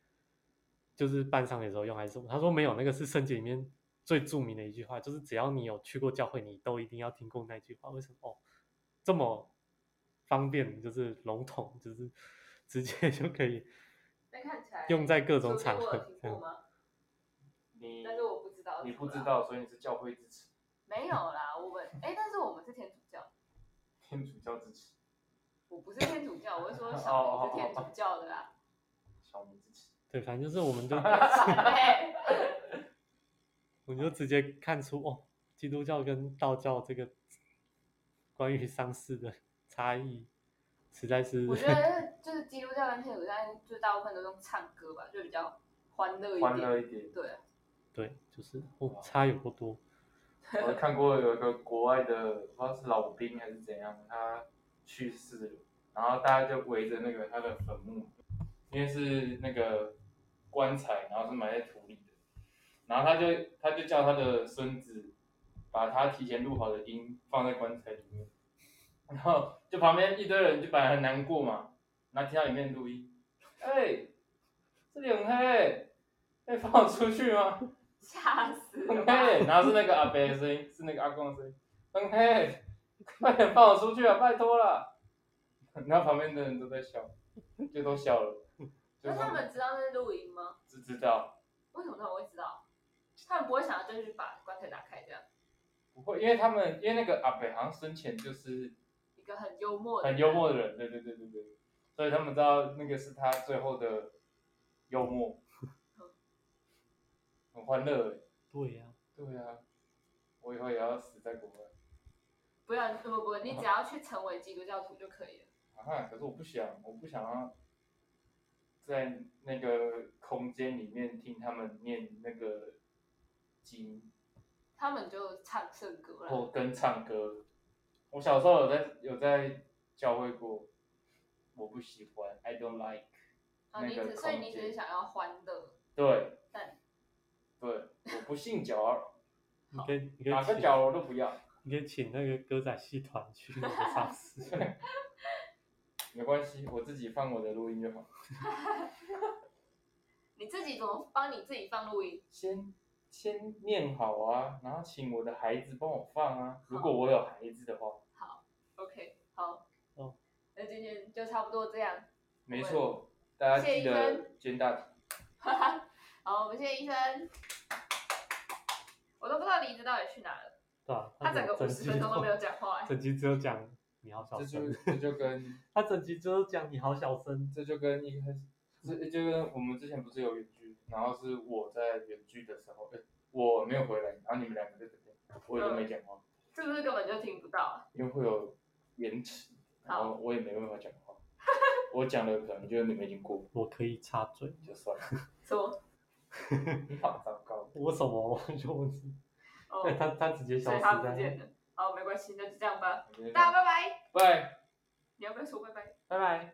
S4: 就是办丧礼的时候用还是什么？他说没有，那个是圣经里面最著名的一句话，就是只要你有去过教会，你都一定要听过那句话。为什么？哦，这么方便，就是笼统，就是直接就可以
S3: 那看起来
S4: 用在各种
S3: 说
S4: 场
S3: 不定我有听。
S4: 合嗯这
S3: 过
S4: 样
S3: 吗？
S1: 你
S3: 但是我不知道，
S1: 你不知。道，所以你是教会支持，
S3: 没有啦，我 们哎，但是我们是天主教，
S1: 天主教支持，
S3: 我不是天主 教，我是说小明是天主教的啦。
S1: 小明支持。
S4: 对，反正就是我们 就
S3: 哎
S4: 我就直接看出哦，基督教跟道教这个关于丧事的差异，实在是
S3: 我觉得就是基督教跟天主教，就大部分都用唱歌吧，就比较欢乐一
S1: 欢
S3: 点。
S1: 乐一点，
S3: 对，
S4: 对，就是哦，差有不多。
S1: 我看过有一个国外的，不知道是老兵还是怎样，他去世了，然后大家就围着那个他的坟墓，因为是那个棺材，然后是埋在土里的，然后他就他就叫他的孙子把他提前录好的音放在棺材里面，然后就旁边一堆人就本来很难过嘛，然后听到里面录音，哎、这里很黑、可以放我出去吗？
S3: 吓死
S1: 很
S3: 了吧！
S1: 黑，然后是那个阿伯的声音，是那个阿公的声音，很黑，快点放我出去啊，拜托了。然后旁边的人都在笑，就都笑了，就
S3: 那他们知道那是录音吗？
S1: 只知道
S3: 为什么他们会知道？他们不会想要就是把棺材打开这样，
S1: 不会，因为他们因为那个阿伯好像生前就是
S3: 一个很幽默的，
S1: 很幽，默的人，对对对对对，所以他们知道那个是他最后的幽默，很欢乐欸。
S4: 对呀、
S1: 对啊，我以后也要死在国外
S3: 不要不不不，你只要去成为基督教徒就可以了。
S1: 啊，可是我不想，我不想要在那个空间里面听他们念那个经
S3: 他们就唱圣歌了，
S1: 或跟唱歌。我小时候有在有在教会过，我不喜欢，I don't like
S3: 啊，你
S1: 那个
S3: 只所以
S1: 空
S3: 你只是
S1: 间。
S3: 想要欢乐，
S1: 对
S3: 但
S1: 对，我不信脚儿，
S4: 你可以，你可以
S1: 哪个
S4: 请
S1: 脚儿我都不要，
S4: 你可以请那个歌仔戏团去那个萨斯。
S1: 没关系，我自己放我的录音就好。
S3: 你自己怎么帮你自己放录音？
S1: 先先念好啊，然后请我的孩子帮我放啊，如果我有孩子的话。
S3: 好，OK，好，
S4: 哦，
S3: 那今天就差不多这样，
S1: 没错，大家
S3: 谢
S1: 记
S3: 谢医生
S1: 得捐大体。
S3: 哈哈，好，我们谢谢医生，我都不知道梨子到底去哪了，
S4: 对啊，
S3: 他整个五
S4: 整
S3: 十
S4: 集
S3: 分钟都没有讲话、哎
S4: 整集 只有讲你好小
S1: 这就
S4: 声，
S1: 这就跟
S4: 他整集只有讲你好小声。
S1: 这就跟一开始，这就跟我们之前不是有远距，然后是我在远距的时候，呃我没有回来，然后你们两个在这边，我也都没讲话，
S3: 是不是根本就听不到啊？
S1: 因为会有延迟，然
S3: 好
S1: 后我也没办法讲 话，我讲了可能就你们已经过，
S4: 我可以插嘴，
S1: 就算了，
S3: 什么？
S1: 你好糟糕。
S4: 我什么？我就问你，
S3: 哦，
S4: 对他他直接消
S3: 所以
S4: 失
S3: 他
S4: 在
S3: 不
S4: 那
S3: 见了。好，没关系，那就这样吧，
S1: 我觉得
S3: 大家拜拜。
S1: 拜
S3: Dạ, 你要不要说拜拜？
S1: 拜拜。